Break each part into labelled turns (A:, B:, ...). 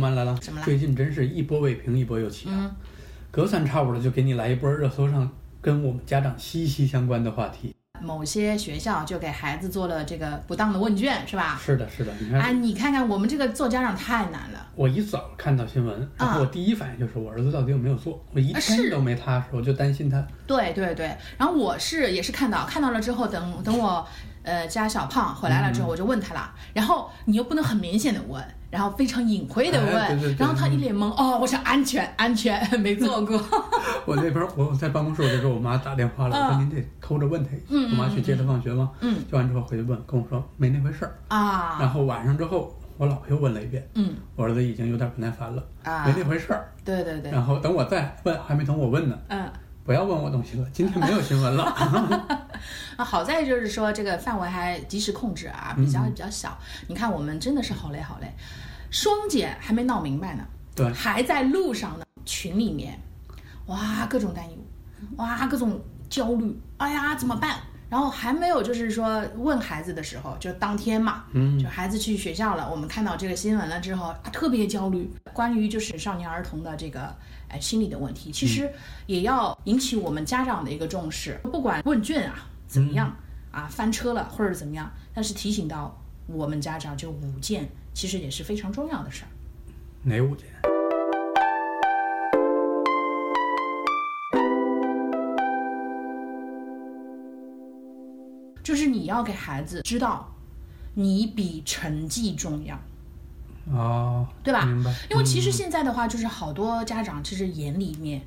A: 完哎来了，
B: 怎么了
A: 最近真是一波未平一波又起啊，
B: 嗯，
A: 隔三差五的就给你来一波热搜上跟我们家长息息相关的话题。
B: 某些学校就给孩子做了这个不当的问卷，是吧？
A: 是的，是的，你看。
B: 啊哎，你看看我们这个做家长太难了。
A: 我一早看到新闻，然后我第一反应就是我儿子到底有没有做？我一
B: 啊是
A: 天都没踏实，我就担心他。
B: 对对对，然后我是也是看到看到了之后，等等我呃家小胖回来了
A: 嗯
B: 之后，我就问他了，然后你又不能很明显的问，然后非常隐晦的问，
A: 哎对对对
B: 然后他一脸懵，哦，我说安全安全，没做过，
A: 我那 边我在办公室我就给我妈打电话了，我说
B: 嗯
A: 您得偷着问他一下，
B: 嗯嗯
A: 我妈去接他放学吗？
B: 嗯
A: 接完之后回去问，跟我说没那回事儿。然
B: 啊，
A: 后晚上之后，我老婆又问了一遍，
B: 嗯
A: 我儿子已经有点不耐烦了，
B: 啊
A: 没，那回事儿。
B: 对对对，
A: 然后等我再问，还没等我问呢，
B: 嗯。
A: 不要问我东西了，今天没有新闻 了。
B: 啊，好在就是说这个范围还及时控制啊，比较比较小。你看我们真的是好累好累，双姐还没闹明白呢，
A: 对
B: 还在路上呢，群里面，哇，各种担忧，哇，各种焦虑，哎呀，怎么办？然后还没有就是说问孩子的时候，就当天嘛，
A: 嗯
B: 就孩子去学校了，我们看到这个新闻了之后啊，特别焦虑。关于就是少年儿童的这个呃心理的问题，其实也要引起我们家长的一个重视。不管问卷啊怎
A: 嗯
B: 么样、啊翻车了或者怎么样，但是提醒到我们家长这五件其实也是非常重要的事儿。
A: 哪五件？
B: 就是你要给孩子知道，你比成绩重要，
A: 哦，
B: 对吧？
A: 明白。嗯
B: 因为其实现在的话，就是好多家长其实眼里面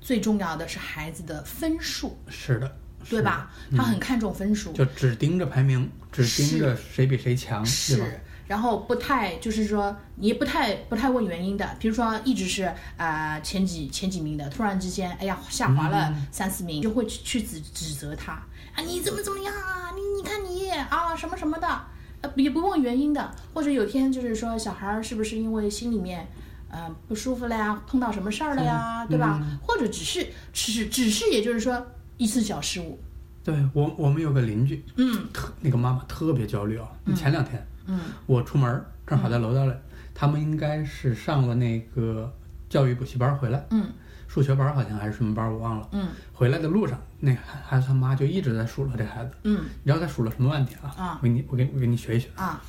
B: 最重要的是孩子的分数，
A: 是的，
B: 对吧？
A: 嗯
B: 他很看重分数，
A: 就只盯着排名，只盯着谁比谁强，对吧？
B: 是，然后不太就是说你也不太不太问原因的，比如说一直是啊、呃前几前几名的，突然之间哎呀下滑了
A: 嗯
B: 三四名，就会去去指指责他啊你怎么怎么样啊你你看你啊什么什么的，呃也不问原因的，或者有天就是说小孩儿是不是因为心里面。呃，不舒服了呀，碰到什么事儿了呀，对吧？
A: 嗯
B: 或者只是，只是，只是，也就是说一次小失误，
A: 对我，我们有个邻居，
B: 嗯，
A: 特那个妈妈特别焦虑啊。前两天，嗯，我出门儿正好在楼
B: 嗯
A: 道里，他们应该是上了那个教育补习班儿回来，
B: 嗯，
A: 数学班儿好像还是什么班儿我忘了，
B: 嗯，
A: 回来的路上，那孩子他妈就一直在数落这孩子，
B: 嗯
A: 你知道他数落什么问题啊？
B: 啊
A: 我给你，我给我给你学一学，
B: 啊，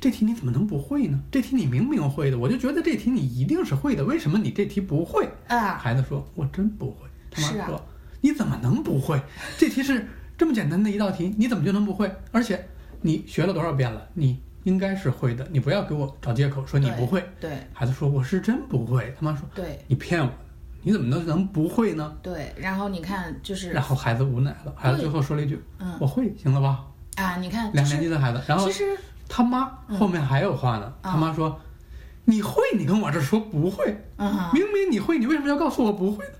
A: 这题你怎么能不会呢？这题你明明会的，我就觉得这题你一定是会的，为什么你这题不会？
B: 啊，
A: 孩子说：“我真不会。”他妈
B: 是啊
A: 说：“你怎么能不会？这题是这么简单的一道题，你怎么就能不会？而且你学了多少遍了？你应该是会的，你不要给我找借口说你
B: 对
A: 不会。
B: 对”
A: 孩子说：“我是真不会。”他妈说
B: 对：“。
A: 你骗我，你怎么能能不会呢
B: 对，然后你看，就是？”
A: 然后孩子无奈了，孩子
B: 对
A: 最后说了一句：“
B: 嗯
A: 我会，行了吧
B: 啊，你？”看，
A: 两
B: 其
A: 年级
B: 实
A: 的孩子，然后
B: 其实
A: 他妈后面还有话呢，他妈说：“你会，你跟我这说不会，
B: 嗯，
A: 明明你会，你为什么要告诉我不会呢？”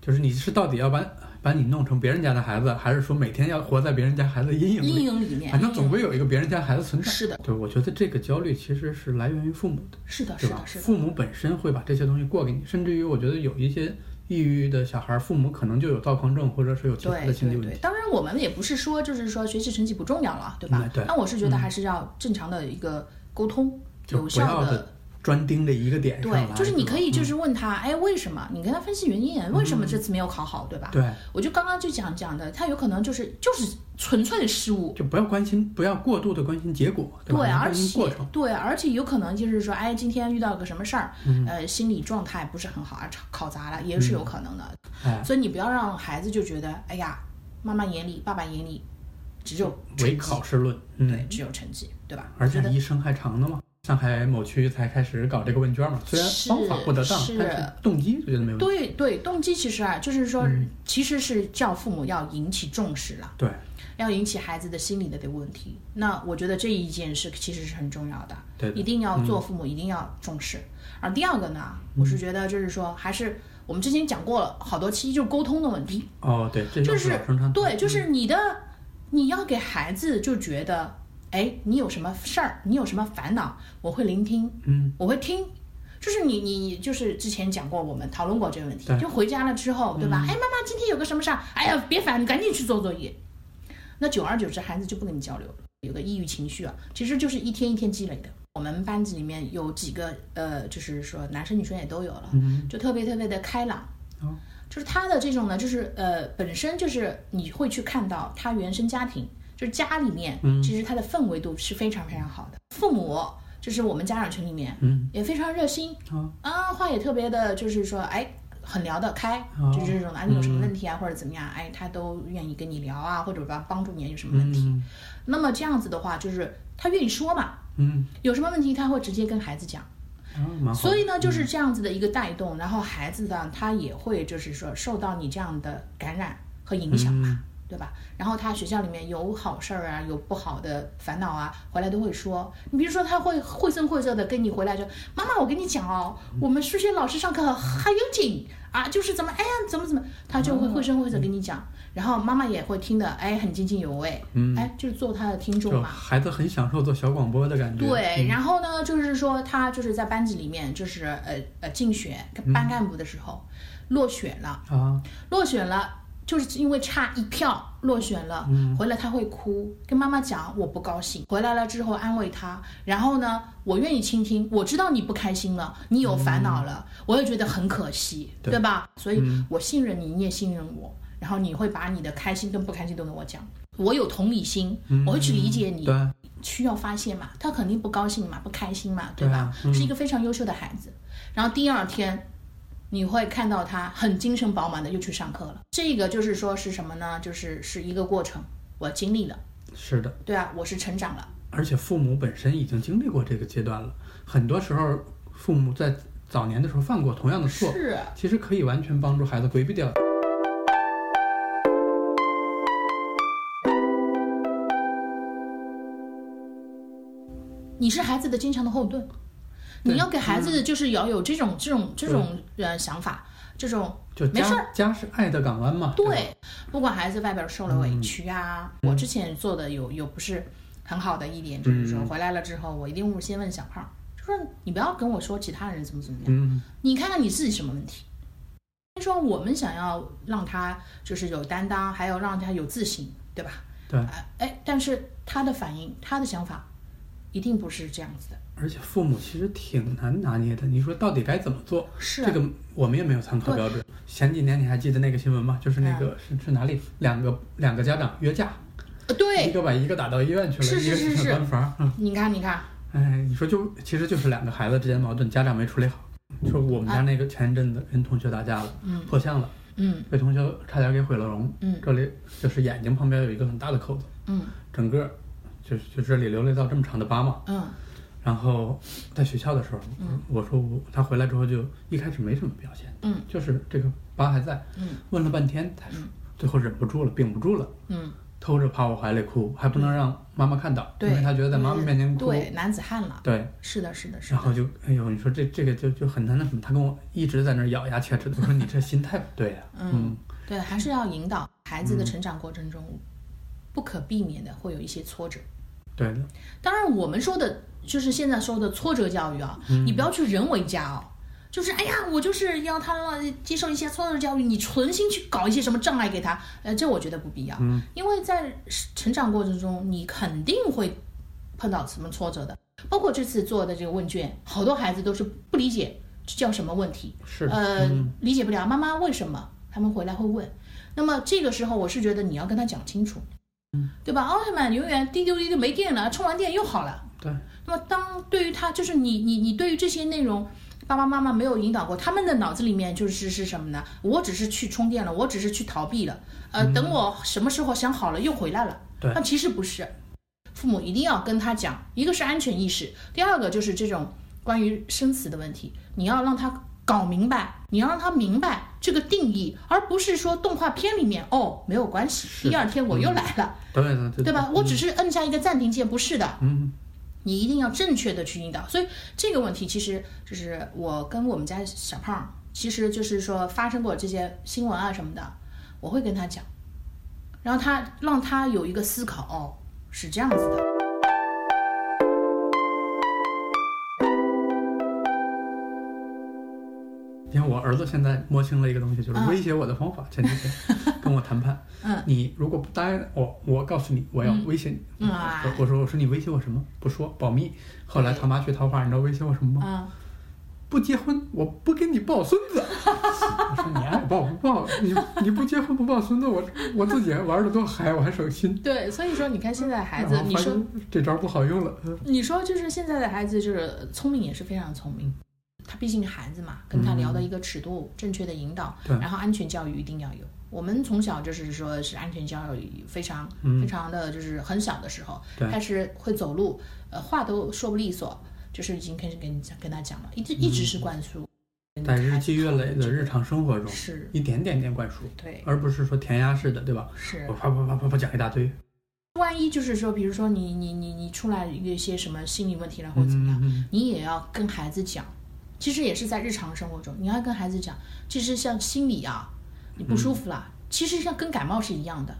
A: 就是你是到底要把把你弄成别人家的孩子，还是说每天要活在别人家孩子的阴影
B: 阴
A: 里？
B: 影里面，
A: 反正
B: 阴
A: 总
B: 影
A: 归有一个别人家孩子存在。
B: 是的，
A: 对，我觉得这个焦虑其实是来源于父母的，
B: 是的，
A: 对
B: 是
A: 吧
B: 的，？是的，
A: 父母本身会把这些东西过给你，甚至于我觉得有一些抑郁的小孩，父母可能就有躁狂症，或者是有其他
B: 对
A: 的心理
B: 对
A: 问
B: 对。
A: 题。
B: 当然，我们也不是说就是说学习成绩不重要了，对吧
A: 嗯？对
B: 但我是觉得还是要正常的一个沟通，
A: 就
B: 有
A: 不要
B: 效
A: 的专盯着一个点上来
B: 对，，就是你可以
A: 是吧嗯
B: 就是问他，哎，为什么？你跟他分析原因，为什么这次没有考好，对吧？
A: 对，
B: 我就刚刚就讲讲的，他有可能就是就是纯粹的失误，
A: 就不要关心，不要过度的关心结果，对吧？
B: 对，
A: 你
B: 而
A: 关心
B: 且
A: 过程，
B: 对，而且有可能就是说，哎，今天遇到个什么事儿，
A: 嗯
B: 呃，心理状态不是很好啊，考砸了也是有可能的。
A: 哎，
B: 所以你不要让孩子就觉得，哎呀，妈妈眼里、爸爸眼里只有成
A: 唯
B: 绩，
A: 考试论，
B: 对
A: 嗯，，
B: 只有成绩，对吧？
A: 而
B: 我觉
A: 且
B: 得
A: 离生还长呢嘛。上海某区才开始搞这个问卷嘛，虽然
B: 是
A: 方法不得当，
B: 是
A: 但是动机我觉得没问题。嗯
B: 对对，动机其实啊，就是说，其实是叫父母要引起重视了，
A: 对
B: 要引起孩子的心理的这个问题。那我觉得这一件事其实是很重要的。
A: 对
B: 一
A: 对，
B: 定要做父母，一定要重视。而第二个呢，我是觉得就是说，还是我们之前讲过了好多期，就是沟通的问题，
A: 哦对，这
B: 就
A: 就是老生常谈。
B: 对，就是你的你要给孩子就觉得，哎，你有什么事儿，你有什么烦恼，我会聆听，
A: 嗯，
B: 我会听。就是你，你你就是之前讲过，我们讨论过这个问题。
A: 对嗯
B: 就回家了之后，对吧？哎，妈妈，今天有个什么事儿？哎呀，别烦，你赶紧去做作业。那久而久之，孩子就不跟你交流了。有个抑郁情绪啊，其实就是一天一天积累的。我们班级里面有几个呃，就是说男生女生也都有了，
A: 嗯
B: 就特别特别的开朗。
A: 哦
B: 就是他的这种呢，就是呃，本身就是你会去看到他原生家庭，就是家里面，
A: 嗯
B: 其实他的氛围度是非常非常好的。父母就是我们家长群里面
A: 嗯，
B: 也非常热心
A: 哦
B: 啊，话也特别的，就是说哎。很聊得开
A: 哦，
B: 就是这种啊，你有什么问题啊，或者怎么样，哎，他都愿意跟你聊啊，或者帮帮助你有什么问题。
A: 嗯
B: 那么这样子的话，就是他愿意说嘛，
A: 嗯，
B: 有什么问题他会直接跟孩子讲。
A: 啊，蛮好。
B: 所以呢，就是这样子的一个带动，然后孩子呢，他也会就是说受到你这样的感染和影
A: 嗯
B: 响吧，对吧？然后他学校里面有好事儿啊，有不好的烦恼啊，回来都会说。你比如说，他会绘声绘色的跟你回来说：“妈妈，我跟你讲哦，
A: 嗯
B: 我们数学老师上课很有劲啊，就是怎么哎呀，怎么怎么，他就
A: 啊
B: 会绘声绘色跟你讲。然后妈妈也会听得哎很津津有味，
A: 嗯
B: 哎，就是做他的听众
A: 就
B: 嘛。
A: 孩子很享受做小广播的感觉。嗯
B: 对，然后呢，就是说他就是在班级里面，就是呃呃竞选班干部的时候、落选了，
A: 嗯啊，
B: 落选了，就是因为差一票落选了，
A: 嗯
B: 回来他会哭，跟妈妈讲我不高兴，回来了之后安慰他，然后呢，我愿意倾听，我知道你不开心了，你有烦恼了，我也觉得很可惜，
A: 嗯对嗯
B: 对吧？所以我信任你，你也信任我，然后你会把你的开心跟不开心都跟我讲，我有同理心，
A: 嗯
B: 我会去理解你，
A: 对，
B: 需要发泄嘛，他肯定不高兴嘛，不开心嘛，
A: 对
B: 对
A: 啊
B: 吧？是一个非常优秀的孩子。然后第二天，你会看到他很精神饱满的又去上课了。这个就是说是什么呢？就是是一个过程，我经历了，
A: 是的。
B: 对啊，我是成长了，
A: 而且父母本身已经经历过这个阶段了，很多时候父母在早年的时候犯过同样的错，
B: 是
A: 其实可以完全帮助孩子规避掉。
B: 你是孩子的坚强的后盾，你要给孩子就是要有这种这种这种呃想法，这种
A: 就
B: 没事
A: 家家是爱的港湾嘛，吧
B: 对，不管孩子外边受了委屈啊，
A: 嗯
B: 我之前做的有有不是很好的一点，就是
A: 嗯
B: 说回来了之后，我一定会先问小胖，就说你不要跟我说其他人怎么怎么样，
A: 嗯，
B: 你看看你自己什么问题。先说我们想要让他就是有担当，还有让他有自信，对吧？
A: 对
B: 啊，哎，但是他的反应，他的想法，一定不是这样子的。
A: 而且父母其实挺难拿捏的，你说到底该怎么做？
B: 是啊
A: 哦这个我们也没有参考标准。前几年你还记得那个新闻吗？就是
B: 啊
A: 那个、是是哪里两个两个家长约架，
B: 呃对
A: 一，个把一个打到医院去了，
B: 是是
A: 一个去
B: 是是
A: 了关房。嗯
B: 你看，你看，
A: 哎，你说就其实就是两个孩子之间矛盾，家长没处理好。说我们家那个前一阵子跟同学打架了，
B: 啊嗯
A: 破相了，
B: 嗯
A: 被同学差点给毁了容，
B: 嗯
A: 这里就是眼睛旁边有一个很大的口子，
B: 嗯
A: 整个就是就这里流泪到这么长的疤嘛。
B: 嗯
A: 然后在学校的时候，我说我他回来之后就一开始没什么表现，
B: 嗯
A: 就是这个疤还在，
B: 嗯
A: 问了半天才说，最后忍不住了，顶不住了，
B: 嗯，
A: 偷着趴我怀里哭，还不能让妈妈看到，
B: 对
A: 因为他觉得在妈妈面前哭，
B: 对，男子汉了，
A: 对
B: 是的，是的，是的
A: 然。后就哎呦，你说这这个就就很难那什么，他跟我一直在那儿咬牙切齿的，我说你这心态不对啊呀、
B: 嗯，对，还是要引导孩子的成长过程中，不可避免的会有一些挫折。
A: 对的，
B: 当然，我们说的就是现在说的挫折教育啊，你不要去人为加哦。就是哎呀，我就是要他让接受一些挫折教育，你存心去搞一些什么障碍给他，呃，这我觉得不必要，因为在成长过程中，你肯定会碰到什么挫折的。包括这次做的这个问卷，好多孩子都是不理解这叫什么问题，
A: 是的，
B: 呃
A: 嗯，
B: 理解不了妈妈为什么，他们回来会问。那么这个时候，我是觉得你要跟他讲清楚，
A: 嗯
B: 对吧？奥特曼永远滴溜滴溜没电了，充完电又好了。
A: 对，
B: 那么当对于他，就是你你你对于这些内容。爸爸妈妈没有引导过，他们的脑子里面就是是什么呢？我只是去充电了，我只是去逃避了，呃，等我什么时候想好了又回来了。
A: 嗯对
B: 那其实不是，父母一定要跟他讲，一个是安全意识，第二个就是这种关于生死的问题，你要让他搞明白，你要让他明白这个定义，而不是说动画片里面哦没有关系，
A: 是嗯
B: 第二天我又来了，
A: 对的，
B: 对吧？
A: 的
B: 我只是摁下一个暂停键，不是的，
A: 嗯，
B: 你一定要正确的去引导。所以这个问题其实就是我跟我们家小胖儿，其实就是说发生过这些新闻啊什么的，我会跟他讲，然后他让他有一个思考，哦，是这样子的。
A: 你看我儿子现在摸清了一个东西，就是
B: 嗯
A: 威胁我的方法。前几天跟我谈判，
B: 嗯，
A: 你如果不答应我，我告诉你我要威胁你。
B: 嗯啊
A: 我我说我说你威胁我什么？不说保密。后来他妈去桃花，你知道威胁我什么吗？
B: 嗯，
A: 不结婚，我不给你抱孙 子。我说你爱抱不抱，你你不结婚不抱孙子，我我自己玩的多嗨，我还省心。
B: 对，所以说你看现在孩子
A: 然，后
B: 你
A: 发
B: 说
A: 现这招不好用了，嗯
B: 你说就是现在的孩子，就是聪明也是非常聪明。他毕竟孩子嘛，跟他聊的一个尺度，正确的引导，
A: 嗯对
B: 然后安全教育一定要有。我们从小就是说是安全教育非常、
A: 嗯
B: 非常的，就是很小的时候
A: 对
B: 开始会走路，呃，话都说不利索，就是已经开始跟你讲跟他讲了，一直一直是灌输。
A: 在嗯日积月累的日常生活中，
B: 是，
A: 一点点点灌输，
B: 对，
A: 而不是说填鸭式的，对吧？
B: 是
A: 我。啪啪啪啪啪讲一大堆，
B: 万一就是说，比如说你你你你出来一些什么心理问题了，或者怎么样
A: 嗯，嗯
B: 你也要跟孩子讲，其实也是在日常生活中，你要跟孩子讲，其实像心理啊，你不舒服啦，其实像跟感冒是一样的，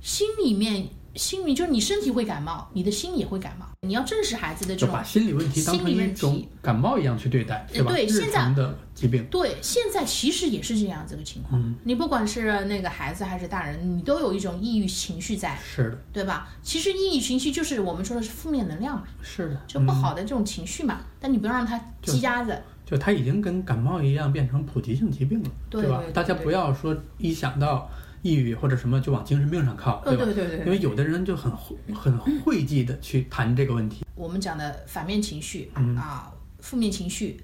B: 心里面心里就是你身体会感冒，你的心也会感冒，你要正视孩子的
A: 嗯
B: 这
A: 就
B: 种
A: 把。心理问题当成
B: 心理问
A: 一
B: 题呃
A: 种感冒一样去对待，对吧？
B: 对
A: 日
B: 现在
A: 常的疾病，
B: 对，现在其实也是这样子的情况，
A: 嗯
B: 你不管是那个孩子还是大人，你都有一种抑郁情绪在，
A: 是的，
B: 对吧？其实抑郁情绪就是我们说的是负面能量嘛，
A: 是的，
B: 就不
A: 嗯
B: 好的这种情绪嘛，但你不要让它积压着，
A: 就它已经跟感冒一样变成普及性疾病了，
B: 对
A: 吧
B: 对？对
A: 大家
B: 对
A: 不要说一想到抑郁或者什么就往精神病上靠，
B: 呃，
A: 啊吧？
B: 对对对，
A: 因为有的人就很很讳忌的去谈这个问题，
B: 我们讲的反面情绪、
A: 嗯
B: 啊，负面情绪，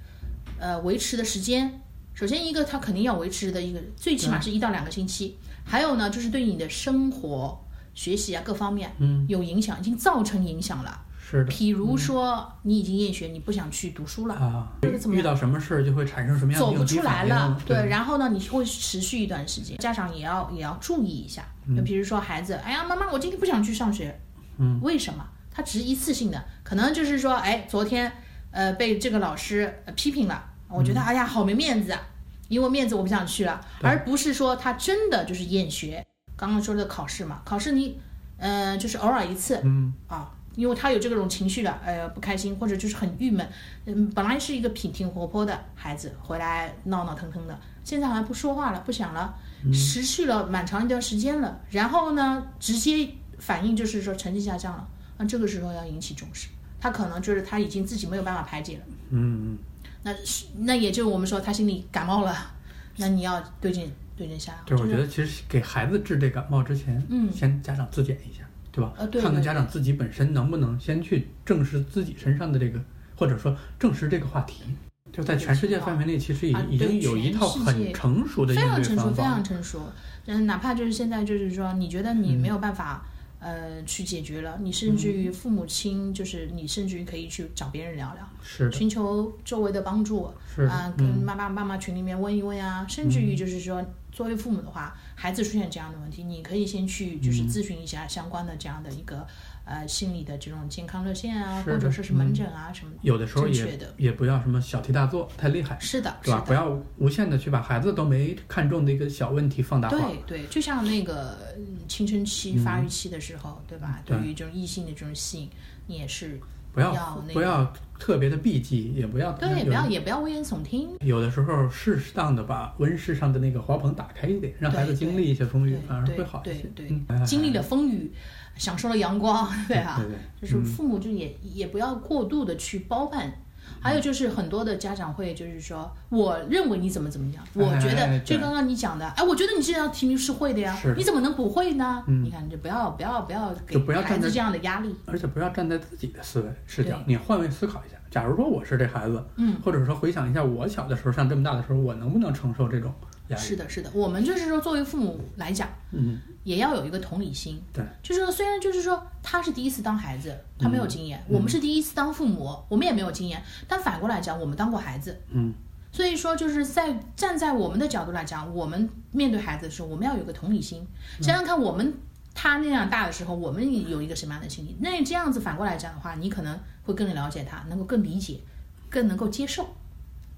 B: 呃，维持的时间，首先一个它肯定要维持的一个，最起码是一到两个星期。
A: 嗯
B: 还有呢，就是对你的生活、学习啊各方面
A: 嗯，
B: 有影响，已经造成影响了。
A: 是的嗯
B: 比如说，你已经厌学，你不想去读书了，
A: 啊
B: 这个怎，么
A: 遇到什么事儿就会产生什么样的
B: 走不
A: 应激
B: 出来
A: 反应
B: 了，
A: 对，
B: 然后呢，你会持续一段时间，家长也要也要注意一下。就比如说孩子，哎呀，妈妈，我今天不想去上学，
A: 嗯，
B: 为什么？他只是一次性的，可能就是说，哎，昨天呃被这个老师呃批评了，我觉得、哎呀好没面子啊，因为面子我不想去了，
A: 嗯对
B: 而不是说他真的就是厌学。刚刚说的考试嘛，考试你呃就是偶尔一次，
A: 嗯，
B: 啊，因为他有这种情绪了，呃，不开心或者就是很郁闷，嗯，本来是一个挺挺活泼的孩子，回来闹闹腾腾的，现在好像不说话了，不想了，
A: 嗯
B: 持续了蛮长一段时间了，然后呢，直接反应就是说成绩下降了，那这个时候要引起重视，他可能就是他已经自己没有办法排解了，
A: 嗯，嗯
B: 那是那也就是我们说他心里感冒了，那你要对症对症下药，
A: 对，我
B: 就是
A: 觉得其实给孩子治这感冒之前，
B: 嗯
A: 先家长自检一下，对吧？
B: 呃对
A: 看看
B: 对
A: 家长自己本身能不能先去正视自己身上的这个，或者说正视这个话题。就在全世界范围内，其实已
B: 啊
A: 已经
B: 对
A: 有一套
B: 全世
A: 很
B: 界
A: 成熟的应
B: 非常
A: 对
B: 成熟，
A: 方
B: 非
A: 法
B: 常。成熟。嗯，哪怕就是现在，就是说，你觉得你没有
A: 嗯
B: 办法、呃去解决了，你甚至于父母亲，就是你甚至于可以去找别人聊聊，
A: 是的，
B: 寻求周围的帮助啊、
A: 是的，
B: 跟
A: 嗯，
B: 妈妈妈妈群里面问一问啊，甚至于就是说，作为父母的话，孩子出现这样的问题，你可以先去就是
A: 嗯
B: 咨询一下相关的这样的一个。呃，心理的这种健康热线啊，
A: 是的嗯
B: 或者说是门诊啊、什么的，
A: 有的时候
B: 正
A: 也
B: 确的
A: 也不要什么小题大做，太厉害，
B: 是的，
A: 对
B: 是
A: 吧？
B: 的
A: 不，要无限的去把孩子都没看中的一个小问题放大化。
B: 对对，就像那个嗯青春期、发育期的时候，对吧？
A: 对
B: 对于这种异性的这种吸引，你也是
A: 不要
B: 要那
A: 不
B: 个
A: 要特别的避忌，也不要
B: 对，
A: 有
B: 不要也不要危言耸听。
A: 有的时候适当的把温室上的那个花棚打开一点，让孩子经历一些风雨，反而
B: 对
A: 会好一
B: 对
A: 些。
B: 对
A: 嗯
B: 对，经历了风雨，享受了阳光， 对啊
A: 对，对嗯
B: 就是父母就也也不要过度的去包办。还有就是很多的家长会就是说，我认为你怎么怎么样，我觉
A: 哎对
B: 得就刚刚你讲的，哎，我觉得你这道题目是会的呀
A: 是的，
B: 你怎么能不会呢？
A: 嗯
B: 你看，你就不要不要不要给
A: 就不要
B: 孩
A: 站在
B: 子这样的压力，
A: 而且不要站在自己的思维视角
B: 对，
A: 你换位思考一下。假如说我是这孩子，
B: 嗯。
A: 或者说回想一下我小的时候上这么大的时候，我能不能承受这种压力？
B: 是的，是的，我们就是说，作为父母来讲，
A: 嗯，
B: 也要有一个同理心。
A: 对，
B: 就是说，虽然就是说他是第一次当孩子，他没有经验；
A: 嗯
B: 我们是第一次当父母，我们也没有经验。但反过来讲，我们当过孩子，
A: 嗯，
B: 所以说就是在站在我们的角度来讲，我们面对孩子的时候，我们要有个同理心。
A: 嗯
B: 想想看，我们他那样大的时候，我们有一个什么样的心理？那这样子反过来讲的话，你可能会更了解他，能够更理解，更能够接受。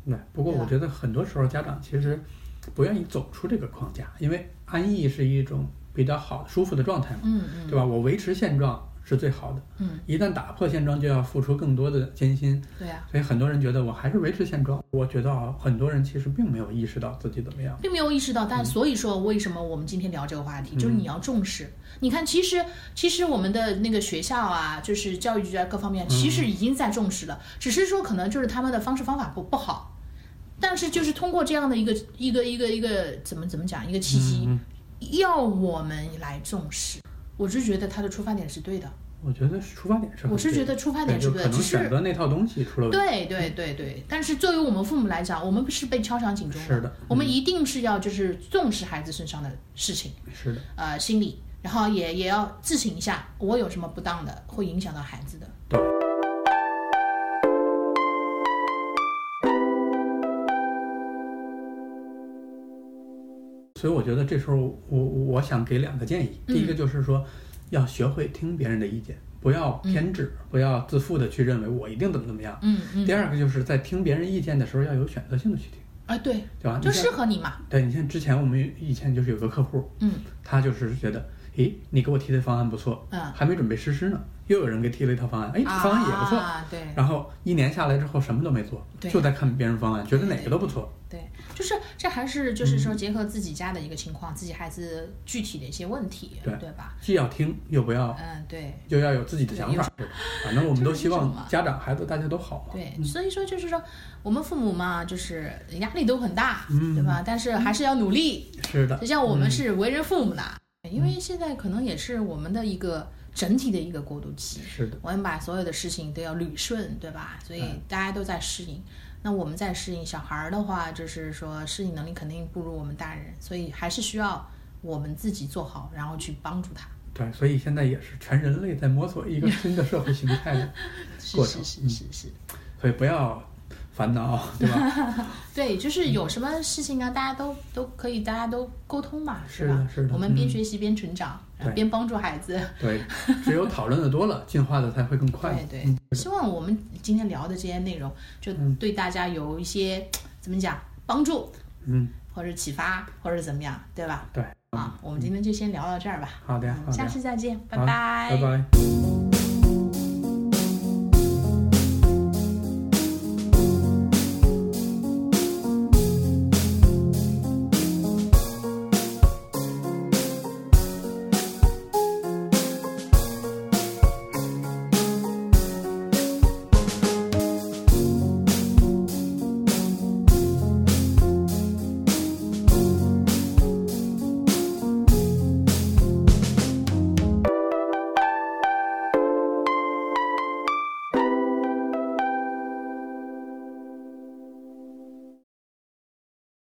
A: 对。不过
B: 对吧啊
A: 我觉得很多时候家长其实不愿意走出这个框架，因为安逸是一种比较好、舒服的状态嘛，
B: 嗯嗯。
A: 对吧？我维持现状是最好的。
B: 嗯，
A: 一旦打破现状，就要付出更多的艰辛。
B: 对啊，
A: 所以很多人觉得我还是维持现状。我觉得啊，很多人其实并没有意识到自己怎么样。
B: 并没有意识到，
A: 嗯
B: 但所以说为什么我们今天聊这个话题，就是你要重视。你看，其实其实我们的那个学校啊，就是教育局啊各方
A: 嗯
B: 面，其实已经在重视了，只是说可能就是他们的方式方法不不好。但是就是通过这样的一个一个一个一个怎么怎么讲一个契
A: 嗯
B: 机，要我们来重视。我是觉得他的出发点是对的，
A: 我觉得出发点是很
B: 我是
A: 对
B: 觉
A: 的
B: 得出发
A: 对
B: 点是
A: 就
B: 对
A: 可
B: 的，
A: 能
B: 只
A: 选
B: 是
A: 择那套东西出了问题。
B: 对对对对。但是作为我们父母来讲，我们是被敲响警钟
A: 是的，
B: 我们一定是要就是重视孩子身上的事情。
A: 是的，
B: 呃心理，然后也也要自省一下，我有什么不当的，会影响到孩子的。
A: 对。所以我觉得这时候我我我想给两个建议，第一
B: 嗯
A: 个就是说，要学会听别人的意见，不要偏执，不要自负的去认为我一定怎么怎么样。
B: 嗯嗯，
A: 第二个就是在听别人意见的时候要有选择性的去听，
B: 啊对，
A: 对吧？
B: 就
A: 你像
B: 适合你嘛。
A: 对你像之前我们以前就是有个客户，
B: 嗯，
A: 他就是觉得，诶，你给我提的方案不错，
B: 嗯
A: 还没准备实施呢，又有人给提了一套方案，诶，这哎方案也不错，
B: 啊，对
A: 然后一年下来之后什么都没做，
B: 对
A: 就在看别人方案，觉得哪个都不错，
B: 对，就是这还是就是
A: 嗯
B: 说结合自己家的一个情况，自己孩子具体的一些问题，
A: 对
B: 对吧？
A: 既要听又不要，
B: 嗯，对。
A: 又要有自己的想法，对吧反正我们都希
B: 这是什
A: 望
B: 么
A: 家长孩子大家都好嗯嘛，
B: 对，所以说就是说，我们父母嘛，就是压力都很大，
A: 嗯
B: 对吧？但是还是要努力，
A: 是的嗯
B: 就，像我们是为人父母的，因为现在可能也是我们的一个整体的一个过渡期，
A: 是的，
B: 我们把所有的事情都要捋顺，对吧？所以
A: 嗯
B: 大家都在适应。那我们在适应小孩儿的话，就是说适应能力肯定不如我们大人，所以还是需要我们自己做好，然后去帮助他。
A: 对，所以现在也是全人类在摸索一个新的社会形态 的
B: 是
A: 过
B: 是
A: 程，嗯
B: 是是是，
A: 所以不要烦恼，对 吧？
B: 对，就是
A: 嗯
B: 有什么事情啊，大家都都可以，大家都沟通嘛，
A: 是的
B: 吧？
A: 是的
B: 我们边
A: 嗯
B: 学习边成长，然后
A: 对
B: 边帮助孩子。
A: 对，只有讨论的多了，进化的才会更快。嗯
B: 对对，希望我们今天聊的这些内容，就对大家有一些怎么讲帮助，
A: 嗯，
B: 或者启发，或者怎么样，对吧？
A: 对，
B: 啊，我们今天就先聊到这儿吧，
A: 嗯好的呀，好的
B: 下
A: 呀，
B: 次再见，拜
A: 好拜拜。